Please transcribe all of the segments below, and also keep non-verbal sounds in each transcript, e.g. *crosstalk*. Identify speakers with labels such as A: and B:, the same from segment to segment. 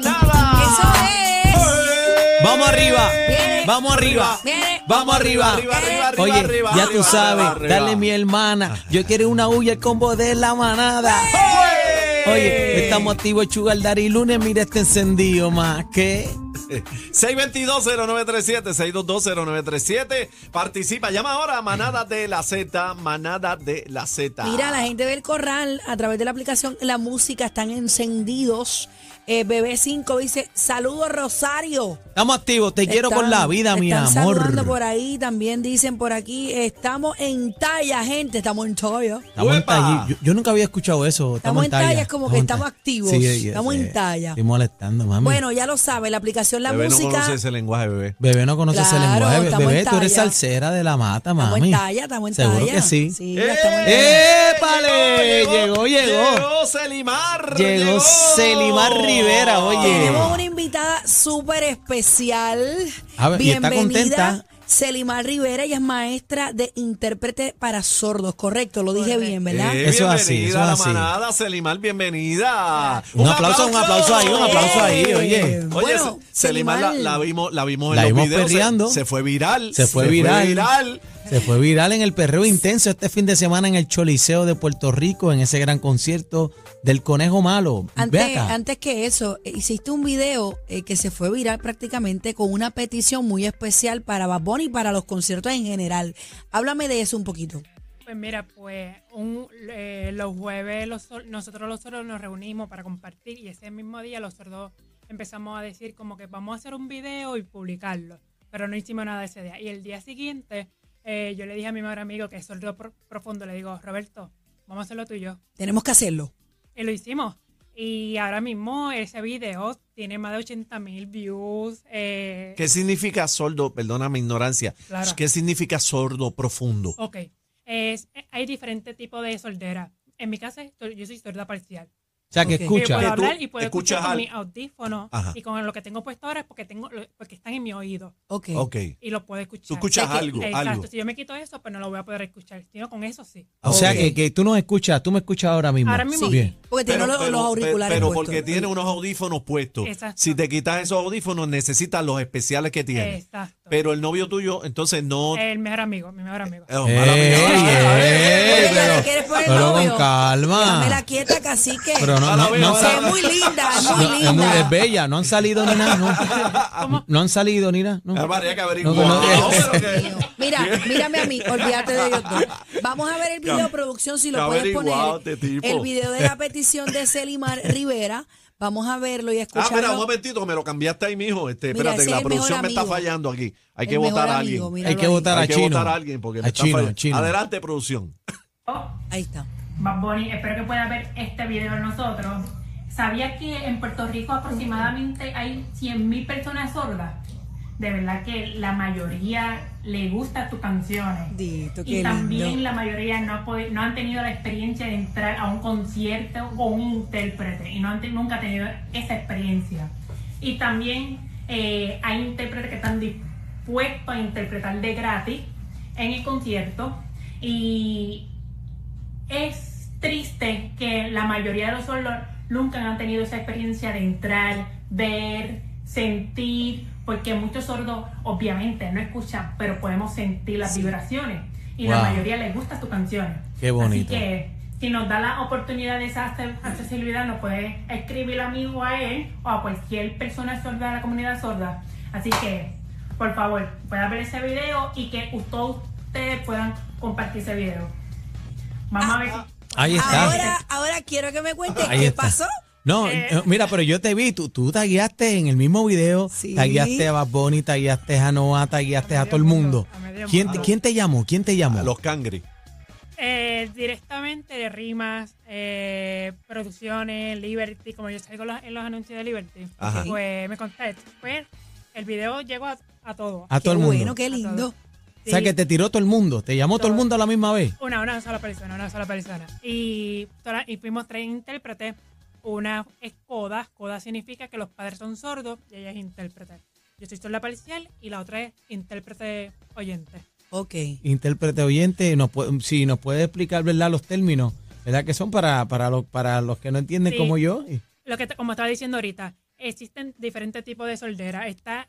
A: nada.
B: Eso es.
C: Vamos arriba.
B: Viene.
C: Vamos arriba.
B: Viene.
C: Vamos arriba.
B: Arriba, arriba,
A: arriba,
C: Oye,
A: arriba,
C: ya
A: arriba,
C: tú sabes,
A: arriba,
C: dale
A: arriba.
C: mi hermana. Yo quiero una huya el combo de la manada.
A: ¡Eh!
C: Oye, estamos activos Chugal Dari lunes, mira este encendido más que
A: 622-0937, 622-0937. Participa, llama ahora a Manada de la Z, Manada de la Z.
B: Mira, la gente del corral a través de la aplicación La Música están encendidos. Eh, Bebé 5 dice, saludos Rosario.
C: estamos activos, te quiero
B: Están-
C: con la vida, mi
B: están saludando
C: amor.
B: por ahí, también dicen por aquí, estamos en talla, gente, estamos en talla.
C: Estamos en
A: ¡Uepa!
C: talla. Yo, yo nunca había escuchado eso.
B: Estamos en talla, es como que estamos
C: talla.
B: activos, estamos en talla.
C: Estoy molestando, mami.
B: Bueno, ya lo saben, la aplicación La
A: bebé no
B: Música.
A: conoce ese lenguaje, bebé.
C: Bebé no conoce ese
B: Claro,
C: lenguaje.
B: estamos
C: Bebé,
B: en
C: tú eres
B: talla.
C: salsera de la mata,
B: estamos
C: mami.
B: en talla, estamos en
C: Seguro
B: talla.
C: que sí.
B: ya estamos en talla.
C: ¡Épale! Llegó, llegó.
A: Llegó Selimar.
C: Llegó Selimar Rivera, oye.
B: Tenemos una invitada súper especial.
C: A ver, y está contenta.
B: Selimar Rivera, ella es maestra de intérprete para sordos, correcto, lo dije bien, ¿verdad?
A: Eh,
C: Eso es así,
A: bienvenida a
C: eso es
A: la
C: así.
A: manada, Selimar, bienvenida.
C: Un aplauso, un aplauso ahí, un aplauso ahí, oye.
B: Eh,
A: Oye,
B: bueno,
A: Se- Selimar la, la vimos, la vimos en
C: La
A: los
C: vimos
A: videos, se-
C: perreando.
A: Se, fue viral.
C: Se fue viral.
A: viral.
C: Se fue viral en el perreo intenso este fin de semana en el Choliseo de Puerto Rico, en ese gran concierto del Conejo Malo. Ve
B: Antes,
C: acá.
B: antes que eso, eh, hiciste un video eh, que se fue viral prácticamente con una petición muy especial para Bad Bunny y para los conciertos en general. Háblame de eso un poquito.
D: Pues mira, pues un- eh, los jueves los sor- nosotros los sordos nos reunimos para compartir y ese mismo día los sordos empezamos a decir como que vamos a hacer un video y publicarlo, pero no hicimos nada ese día. Y el día siguiente eh, yo le dije a mi mejor amigo que es sordo pro- profundo, le digo, Roberto, vamos a hacerlo tú y yo.
B: Tenemos que hacerlo.
D: Y lo hicimos. Y ahora mismo ese video tiene más de 80 mil views. eh,
A: ¿Qué significa sordo? Perdona mi ignorancia.
D: Claro.
A: ¿Qué significa sordo profundo?
D: Ok. Es, hay diferentes tipos de sordera. En mi caso, yo soy sorda parcial.
C: o sea, que
B: ok.
D: Que puedo
C: escucha.
A: Que tú
D: hablar y puedo escuchar
A: escuchas
D: con
A: al-
D: mi audífono
A: Ajá.
D: y con lo que tengo puesto ahora es porque tengo porque están en mi oído
B: Ok.
A: Ok.
D: y lo puedo escuchar.
A: Tú escuchas
D: O sea que-
A: algo,
D: Exacto.
A: algo.
D: Si yo me quito eso, pues no lo voy a poder escuchar. Si no, con eso sí.
C: O sea,
A: Ok.
C: que, que tú nos escuchas, tú me escuchas ahora mismo.
D: Ahora mismo.
B: Sí,
C: Bien.
B: porque tiene los, los auriculares
A: pero
B: puestos.
A: porque tiene unos audífonos puestos.
D: Exacto.
A: Si te quitas esos audífonos, necesitas los especiales que tiene.
D: Exacto.
A: Pero el novio tuyo, entonces no.
B: Eh.
D: el mejor amigo, mi mejor amigo.
A: Oh,
C: Ey,
A: mala mía. *laughs*
B: Oye,
C: ey,
B: ya le
C: Eh, pero,
B: quieres poner
C: pero
B: novio.
C: con
B: Déjame
C: calma.
B: la quieta, cacique.
C: Pero no,
A: Mala
C: no,
A: mía,
C: no,
A: mala
C: han
B: es
C: salido-
B: muy linda, es
C: no,
B: muy
C: es muy-
B: linda.
C: es bella, no han salido ni nada. No,
D: ¿Cómo?
C: No han salido ni nada. no.
A: Ah, María, que averiguó.
C: No, no,
A: Ah,
C: no.
A: pero que-
B: Mío. *laughs* Mira, mírame a mí, olvídate de ellos dos. Vamos a ver el video,
A: Ya-
B: producción, si
A: ya
B: lo puedes
A: averiguado
B: poner.
A: este tipo.
B: El video de la petición de Celimar Rivera. Vamos a verlo y a
A: Ah, espera, un
B: escucharlo.
A: momentito, que me lo cambiaste ahí, mijo. Este,
B: Mira,
A: espérate,
B: ese
A: que
B: es
A: la
B: el
A: producción
B: mejor
A: me está
B: amigo.
A: fallando aquí. Hay
B: El
A: que votar
B: mejor
A: a
B: amigo,
A: alguien.
B: mira.
C: Hay que
B: ahí.
C: votar
A: Hay
C: a
A: que
C: Chino.
A: votar a alguien porque me
C: A
A: está
C: Chino,
A: fallando.
C: Chino.
A: Adelante, producción.
B: Ahí está.
D: Bad Bunny, espero que pueda ver este video nosotros. ¿Sabías que en Puerto Rico aproximadamente hay 100.000 personas sordas? De verdad que la mayoría le gusta tus canciones.
B: Dito,
D: Y
B: qué
D: también
B: lindo.
D: la mayoría no, ha podi- no han tenido la experiencia de entrar a un concierto con un intérprete y no han te- nunca han tenido esa experiencia. Y también eh, hay intérpretes que están dispuestos a interpretar de gratis en el concierto y es triste que la mayoría de los sordos nunca han tenido esa experiencia de entrar, ver, sentir, porque muchos sordos obviamente no escuchan, pero podemos sentir las vibraciones y la
C: Wow.
D: mayoría les gusta tus canciones.
C: Qué bonito.
D: Así que si nos da la oportunidad de esa acce- accesibilidad, nos puede escribir a mí o a él o a cualquier persona sorda de la comunidad sorda. Así que, por favor, puedan ver ese video y que todos ustedes puedan compartir ese video. Vamos a ver.
B: Ah,
C: Ahí está.
B: Ahora, ahora quiero que me cuentes
C: Ahí
B: qué
C: está.
B: pasó.
C: No,
D: Eh.
C: no, mira, pero yo te vi, tú, tú tagueaste en el mismo video,
B: Sí.
C: tagueaste a Bad Bunny, tagueaste a Noah, tagueaste a, todo el mundo.
D: a medio
C: ¿Quién,
D: mundo.
C: ¿Quién te llamó? ¿Quién te llamó?
A: A los cangri.
D: Eh, directamente de Rimas, eh, Producciones, Liberty, como yo salgo los- en los anuncios de Liberty,
A: Ajá.
D: pues me conté. Pues el video llegó a, a todo.
C: a
B: Qué
C: todo el mundo.
B: bueno, qué lindo.
C: O sea,
D: Sí,
C: que te tiró todo el mundo, te llamó todo el
D: Todo.
C: mundo a la misma vez.
D: Una, una sola persona, una sola persona. Y, toda- y fuimos tres intérpretes. Una es coda, coda significa que los padres son sordos y ella es intérprete. Yo soy sorda parcial y la otra es intérprete oyente.
B: Ok.
C: Intérprete oyente, nos puede- si nos puede explicar, ¿verdad? Los términos, ¿verdad? Que son para, para, los, para los que no entienden
D: Sí.
C: como yo.
D: lo que te- como estaba diciendo ahorita, existen diferentes tipos de soldera. Está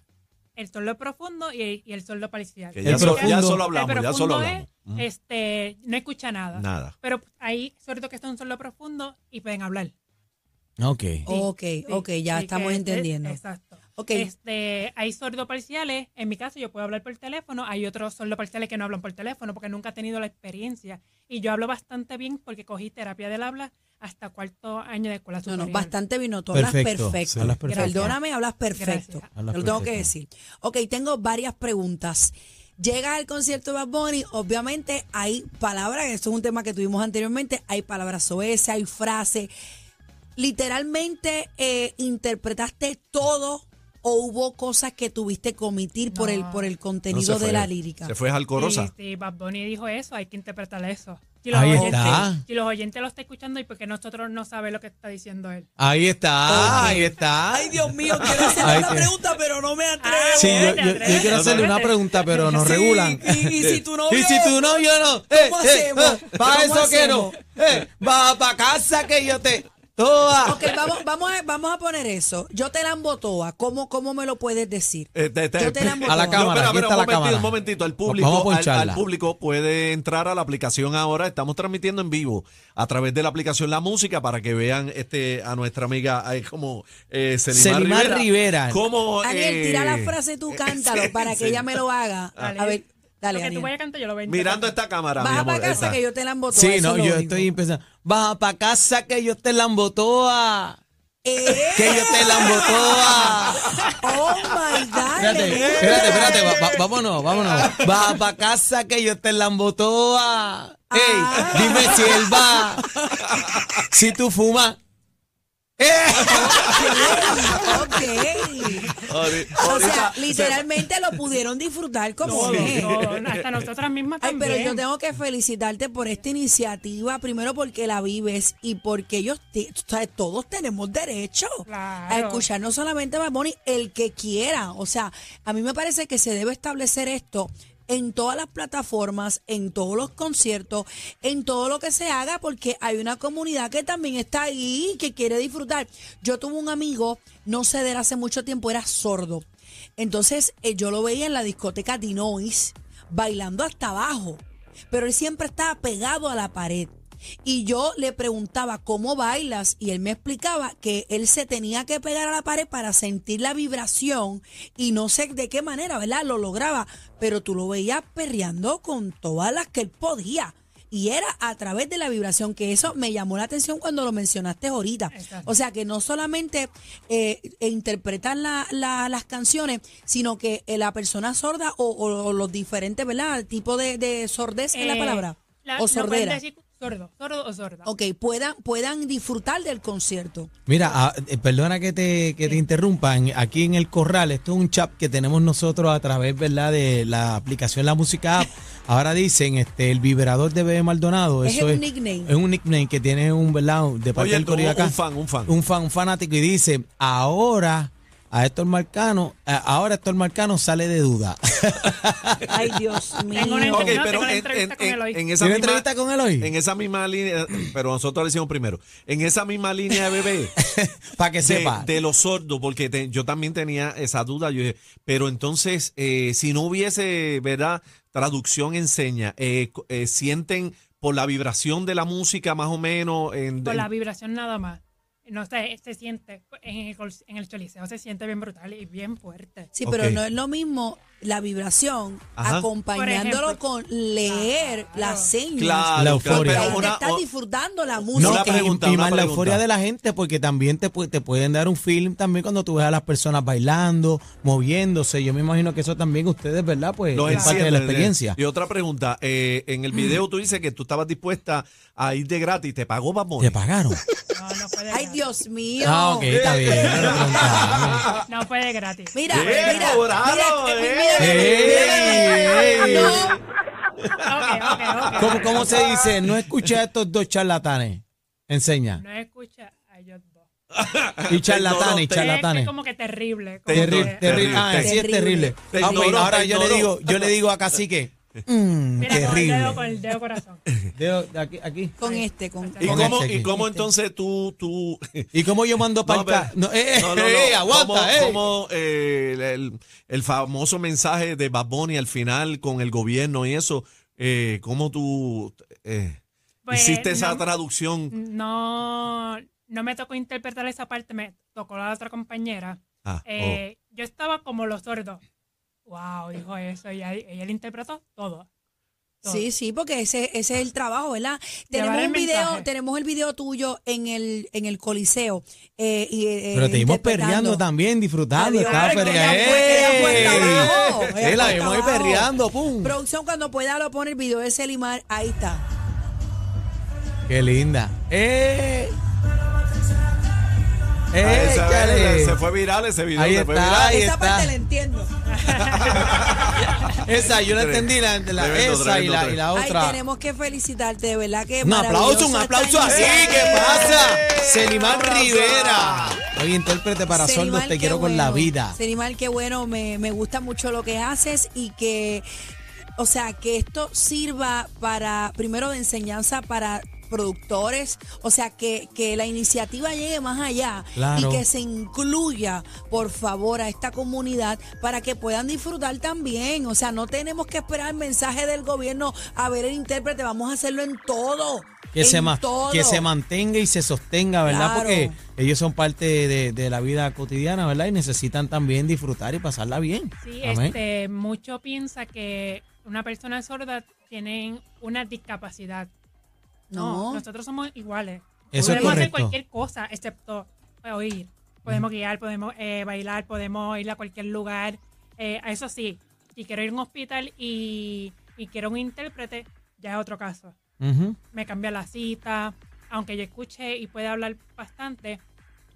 D: el soldo profundo y el, y el soldo parcial.
A: Que
C: El
A: ya, solo,
C: profundo.
A: ya solo hablamos,
D: el
A: ya
D: profundo
A: solo
D: es,
A: hablamos. Ujú.
B: eh,
D: este, no escucha nada.
A: Nada.
D: Pero hay sordos que son soldo profundo y pueden hablar.
C: Ok.
B: Ok,
D: Sí,
B: ok, ya
D: sí,
B: estamos
D: que-
B: entendiendo.
D: Exacto.
B: Ok.
D: Este, hay sordos parciales, en mi caso yo puedo hablar por teléfono, hay otros sordos parciales que no hablan por teléfono porque nunca he tenido la experiencia. Y yo hablo bastante bien porque cogí terapia del habla hasta cuarto año de escuela
B: No,
D: superior.
B: no, bastante vino. Tú hablas
C: Perfecto,
B: perfecto.
C: sí. Hablas perfecto.
B: Perdóname, hablas perfecto.
D: Gracias.
C: Hablas
B: Te lo tengo que decir.
C: perfecto.
B: Ok, tengo varias preguntas. Llegas al concierto de Bad Bunny, obviamente hay palabras, eso es un tema que tuvimos anteriormente, hay palabras soeces, hay frases. ¿Literalmente eh, interpretaste todo o hubo cosas que tuviste que omitir por, el,
D: No.
B: por el
A: No, se
B: contenido de
A: fue.
B: la lírica? Eh,
A: Se fue al
D: Sí,
A: corosa.
D: sí, Bad Bunny dijo eso, hay que interpretar eso. Si
C: Ahí
D: oyentes,
C: está.
D: si los oyentes lo están escuchando, ¿y porque nosotros no sabemos lo que está diciendo él?
C: Ahí está,
B: Ok.
C: ahí está.
B: Ay, Dios mío, quiero hacer
C: Ay,
B: una
C: qué-
B: pregunta, pero no me atrevo. Eh,
C: Sí, yo, yo- yo
D: Atrévete,
C: quiero hacerle una
D: atrévete.
C: pregunta, pero nos
B: Sí,
C: regulan.
B: Y, y si tu novio...
C: Y si tú no, yo no. Eh,
B: ¿Cómo
C: eh,
B: hacemos?
C: eh, pa'
B: ¿Cómo
C: eso que no.
B: hacemos?
C: Eh, va pa' casa que yo te. Toa.
B: Ok, vamos, vamos, a, vamos a poner eso. Yo te la toa. ¿Cómo, ¿Cómo me lo puedes decir?
A: Eh, te- te-
B: Yo te la
A: no,
B: mostré.
C: A la cámara,
A: espera,
C: aquí
A: espera, un
C: está la
A: momentito,
C: cámara.
A: un momentito. El
C: Vamos a
A: público, al,
C: poncharla.
A: al público puede entrar a la aplicación ahora. Estamos transmitiendo en vivo a través de la aplicación La Música para que vean este a nuestra amiga eh, como eh, Selimar,
C: Selimar Rivera.
A: Como,
B: Daniel,
A: eh,
B: tira la frase tú cántalo
A: sí,
B: para
A: sí.
B: que ella me lo haga.
D: Dale.
B: A ver, dale,
D: Lo que tú
B: Daniel.
D: vayas a cantar, yo lo voy a
A: mirando
D: interpretar.
A: esta cámara. mi
B: Baja
A: amor,
B: para casa
A: esa.
B: que yo te la embotoa.
C: Sí,
B: eso
C: no,
B: es lo
C: yo
B: único.
C: estoy empezando. Baja pa' casa que yo te la embotoa.
B: ¡Eh!
C: Que yo te la embotoa.
B: ¡Oh, my God!
C: Espérate,
B: Daniel.
C: espérate, espérate. va- va- vámonos, vámonos. Baja pa' casa que yo te la embotoa.
B: Ah.
C: Ey, dime si él va. Si tú fumas.
B: Ok.
A: Ahori-
B: O
A: ahorita
B: sea,
A: se-
B: literalmente lo pudieron disfrutar como
D: No,
B: es.
D: no, no, hasta nosotras mismas
B: Ay,
D: también.
B: pero yo tengo que felicitarte por esta iniciativa, primero porque la vives y porque ellos, ti- tú sabes, todos tenemos derecho a
D: Claro.
B: escuchar no solamente a Bad Bunny, el que quiera. O sea, a mí me parece que se debe establecer esto en todas las plataformas, en todos los conciertos, en todo lo que se haga, porque hay una comunidad que también está ahí y que quiere disfrutar. Yo tuve un amigo, no sé de él hace mucho tiempo, era sordo. Entonces eh, yo lo veía en la discoteca Dinois bailando hasta abajo, pero él siempre estaba pegado a la pared. Y yo le preguntaba, ¿cómo bailas? Y él me explicaba que él se tenía que pegar a la pared para sentir la vibración y no sé de qué manera, ¿verdad? Lo lograba, pero tú lo veías perreando con todas las que él podía. Y era a través de la vibración, que eso me llamó la atención cuando lo mencionaste ahorita.
D: Exacto.
B: O sea, que no solamente eh, e interpretan la- la- las canciones, sino que eh, la persona sorda o, o- o los diferentes, ¿verdad? El tipo de, de sordez es la
D: Eh,
B: palabra.
D: la-
B: o
D: no pueden
B: sordera.
D: decir sordo, sordo o sorda.
B: Ok, puedan, puedan disfrutar del concierto.
C: Mira, ah, eh, perdona que te, que te interrumpa. en- aquí en el Corral, esto es un chat que tenemos nosotros a través ¿verdad? de la aplicación La Música App. Ahora dicen este, el vibrador de Bebe Maldonado.
B: Es
C: eso
B: un nickname.
C: Es un nickname que tiene un, ¿verdad? de parte
A: Oye,
C: del
A: tú,
C: Corillo acá.
A: un fan, un fan.
C: Un fan, un fanático. Y dice: Ahora a Héctor Marcano, a- ahora Héctor Marcano sale de duda.
D: *laughs*
B: Ay, Dios mío.
D: Tengo una
A: Ok, pero
D: No, tengo la
A: en,
D: entrevista
A: en-
D: con
A: en-
D: Eloy.
A: en esa
C: ¿Tiene
A: misma-
C: entrevista con él hoy?
A: en esa misma línea, pero nosotros lo hicimos primero. En esa misma línea de bebé,
C: Para que
A: de,
C: sepa.
A: de los sordos, porque te- yo también tenía esa duda. Yo dije, pero entonces, eh, si no hubiese, ¿verdad? Traducción enseña, eh, co- eh, sienten por la vibración de la música más o menos. En,
D: Con
A: en-
D: la vibración nada más. No sé, se siente, en el, col- en el Choliseo se siente bien brutal y bien fuerte.
B: Sí, pero
A: Ok.
B: no es lo mismo la vibración
A: Ajá.
B: acompañándolo
D: Por ejemplo.
B: con leer
D: Claro.
B: las señas.
A: claro,
C: La
A: claro,
C: euforia.
B: Porque ahí
A: pero
B: te
A: una-
B: estás
A: o-
B: disfrutando la
A: Una
C: No,
B: música.
C: y-
A: pregunta,
C: y,
A: una
C: más la
A: pregunta.
C: euforia de la gente, porque también te, pu- te pueden dar un film también cuando tú ves a las personas bailando, moviéndose. Yo me imagino que eso también ustedes, ¿verdad? Pues
A: Los
C: es parte de la
A: encienden,
C: experiencia.
A: Y otra pregunta, eh, en el video tú dices que tú estabas dispuesta a ir de gratis, ¿te pagó Bad Bunny?
C: ¿Te pagaron?
D: No, no fue de
B: Ay,
D: gratis.
B: Dios mío.
C: Ah, ok, está bien. no lo preguntaba.
D: No fue de gratis.
B: Mira,
A: ¡Eh,
B: mira,
A: cobrado,
B: mira,
A: eh!
B: mira, mira, mira,
C: ¡Ey,
B: mira.
C: ey!
B: No,
D: Ok, ok, ok.
C: ¿Cómo, cómo se dice? No escuché a estos dos charlatanes. Enseña.
D: No escucha a ellos dos.
C: Y charlatanes, y
A: Te-
D: Es que
C: charlatanes.
D: como que terrible. como
C: Terrible,
D: que-
C: terrible.
A: terrible.
C: Ah, sí, es terrible.
A: Te
C: Ah, pues,
A: ignoró,
C: ahora
A: te
C: yo le
A: ignoró.
C: digo, yo le digo a Cacique, Mm,
D: Mira, con el
C: terrible.
D: dedo, con el dedo corazón.
C: Dedo de aquí, aquí.
B: Con este, con.
A: ¿Y
C: Con
A: cómo,
C: este
A: y
C: aquí.
A: cómo entonces tú, tú
C: ¿Y cómo yo mando para
A: No, pero-
C: acá? No, eh, eh,
A: No, no,
C: *laughs*
A: no.
C: eh, aguanta,
A: Como-
C: eh.
A: como, eh, el- el, el famoso mensaje de Bad Bunny al final con el gobierno y eso, eh, ¿cómo tú eh,
D: Pues,
A: hiciste esa
D: no.
A: traducción?
D: No, no me tocó interpretar esa parte, me tocó la otra compañera.
A: Ah, oh.
D: Eh, Yo estaba como los sordos. Wow, dijo eso. Y ahí- ella le interpretó todo. todo.
B: Sí, sí, porque ese, ese es el trabajo, ¿verdad?
D: Llevar
B: Tenemos
D: el
B: un video,
D: mensaje.
B: tenemos el video tuyo en el, en el Coliseo. eh, y, eh,
C: Pero te vimos
B: interpretando.
C: perreando también, disfrutando.
B: Adiós,
C: Estaba
D: claro,
C: perreando.
D: ella fue- ella fue hasta
B: abajo,
C: Eh,
B: ella
C: eh, la
B: fue
C: vimos ahí
B: hasta abajo.
C: perreando, pum.
B: Producción, cuando pueda lo pone el video de Selimar, ahí está.
C: Qué linda. ¡Eh!
A: Ah,
C: ¡Eh!
A: esa-
C: échale.
A: se fue viral ese video,
C: Ahí
A: se fue
C: está.
A: viral.
C: Ahí
B: Esa
C: está.
B: parte la entiendo.
C: Esa, yo no
A: Tre-
C: entendí la, la-
A: tremendo,
C: esa
A: tremendo,
C: y, la, y
A: tremendo.
C: la otra.
B: Ay, tenemos que felicitarte, de verdad que
C: un aplauso,
B: maravilloso
C: un
B: esta
C: aplauso así.
B: iniciativa.
C: ¿Qué pasa? Selimán
A: Eh, aplauso.
C: Rivera. Hoy intérprete para
B: Serimal,
C: sordos, te
B: qué
C: quiero con
B: bueno.
C: la vida.
B: Serimal, qué bueno, me, me gusta mucho lo que haces y que, o sea, que esto sirva para, primero de enseñanza para productores, o sea, que, que la iniciativa llegue más allá
C: Claro.
B: y que se incluya, por favor, a esta comunidad para que puedan disfrutar también, o sea, no tenemos que esperar el mensaje del gobierno a ver el intérprete, vamos a hacerlo en todo.
C: Que se,
B: en
C: ma-
B: todo.
C: que se mantenga y se sostenga, ¿verdad?
B: Claro.
C: Porque ellos son parte de, de la vida cotidiana, ¿verdad? Y necesitan también disfrutar y pasarla bien.
D: Sí,
C: Amén.
D: este, mucho piensa que una persona sorda tiene una discapacidad. No,
B: No.
D: nosotros somos iguales.
C: Eso es
D: podemos hacer
C: correcto.
D: cualquier cosa, excepto pues, oír. Podemos guiar, podemos eh, bailar, podemos ir a cualquier lugar. Eh, eso sí, si quiero ir a un hospital y, y quiero un intérprete, ya es otro caso.
C: Ujú.
D: Me cambia la cita, aunque yo escuche y pueda hablar bastante.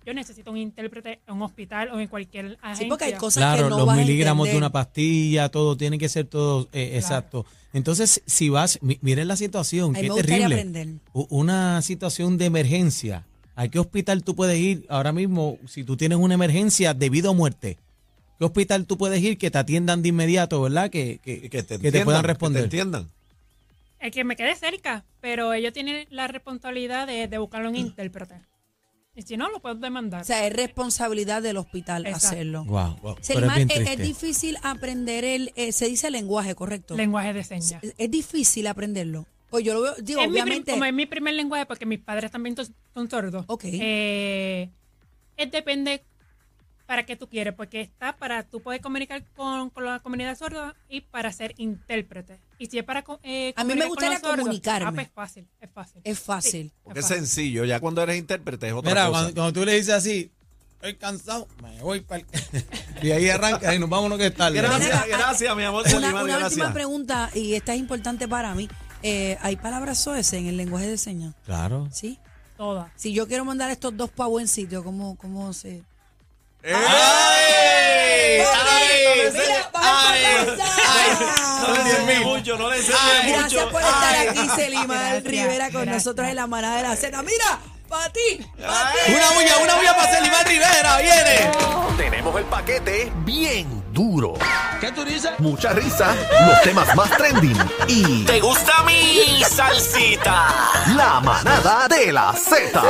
D: Yo necesito un intérprete en un hospital o en cualquier agencia.
B: Sí, porque hay cosas que
C: Claro,
B: no
C: los
B: vas a
C: miligramos de
B: entender.
C: una pastilla, todo tiene que ser todo eh,
D: Claro.
C: exacto. Entonces, si vas, mi- miren la situación,
B: Ay,
C: qué
B: me gustaría
C: terrible.
B: aprender.
C: U- Una situación de emergencia. ¿A qué hospital tú puedes ir ahora mismo si tú tienes una emergencia debido a muerte? ¿Qué hospital tú puedes ir que te atiendan de inmediato, verdad? Que, que-
A: Y
C: que
A: entiendan,
C: puedan responder.
A: Que te entiendan.
D: El que me quede cerca, pero ellos tienen la responsabilidad de, de buscar un intérprete. Y si no, lo puedo demandar.
B: O sea, es responsabilidad del hospital
D: Exacto.
B: hacerlo.
C: Wow, pero es
B: Selma,
C: bien
B: es, es
C: triste.
B: difícil aprender el, eh, se dice lenguaje, correcto.
D: lenguaje de señas.
B: es, es difícil aprenderlo. Pues yo lo veo, digo,
D: Es mi prim-
B: obviamente.
D: como es mi primer lenguaje, porque mis padres también tos- son sordos.
B: Ok.
D: Eh, es depende para qué tú quieres, porque está para tú poder comunicar con, con la comunidad sorda y para ser intérprete. Y si es para co- eh,
B: A mí me
D: comunicar con
B: gustaría
D: los sordos,
B: comunicarme.
D: ah, pues es fácil, es fácil.
B: Es fácil.
D: Sí,
A: Porque es
D: fácil.
A: sencillo, ya cuando eres intérprete es otra
C: Mira,
A: cosa.
C: cuando, cuando tú le dices así, estoy cansado, me voy *laughs* para Y ahí arranca, y nos vámonos que es tarde.
A: Gracias,
B: Mira,
A: gracias, mi amor.
B: Una,
A: Salimar,
B: una última
A: gracias.
B: pregunta, y esta es importante para mí. Eh, ¿Hay palabras soeces en el lenguaje de señas?
C: Claro.
B: ¿Sí?
D: Todas.
B: Si yo quiero mandar estos dos para buen sitio, ¿cómo, cómo se...?
A: ¡Ey! ¡Ay!
B: Mira, baja
C: ay,
B: por casa.
A: No le enseñes mucho, no le enseñes mucho.
B: Gracias por estar
A: Ay.
B: aquí, Selimar
D: Gracias,
B: Rivera, con
D: gracias.
B: nosotros en la manada de la cena. Mira, para ti, para ti.
C: Una bulla, una bulla para Selimán Rivera, viene.
E: Tenemos el paquete bien duro. ¿Qué tú dices? Mucha risa, los temas más trending y
F: ¿Te gusta mi salsita?
E: la manada de la Z.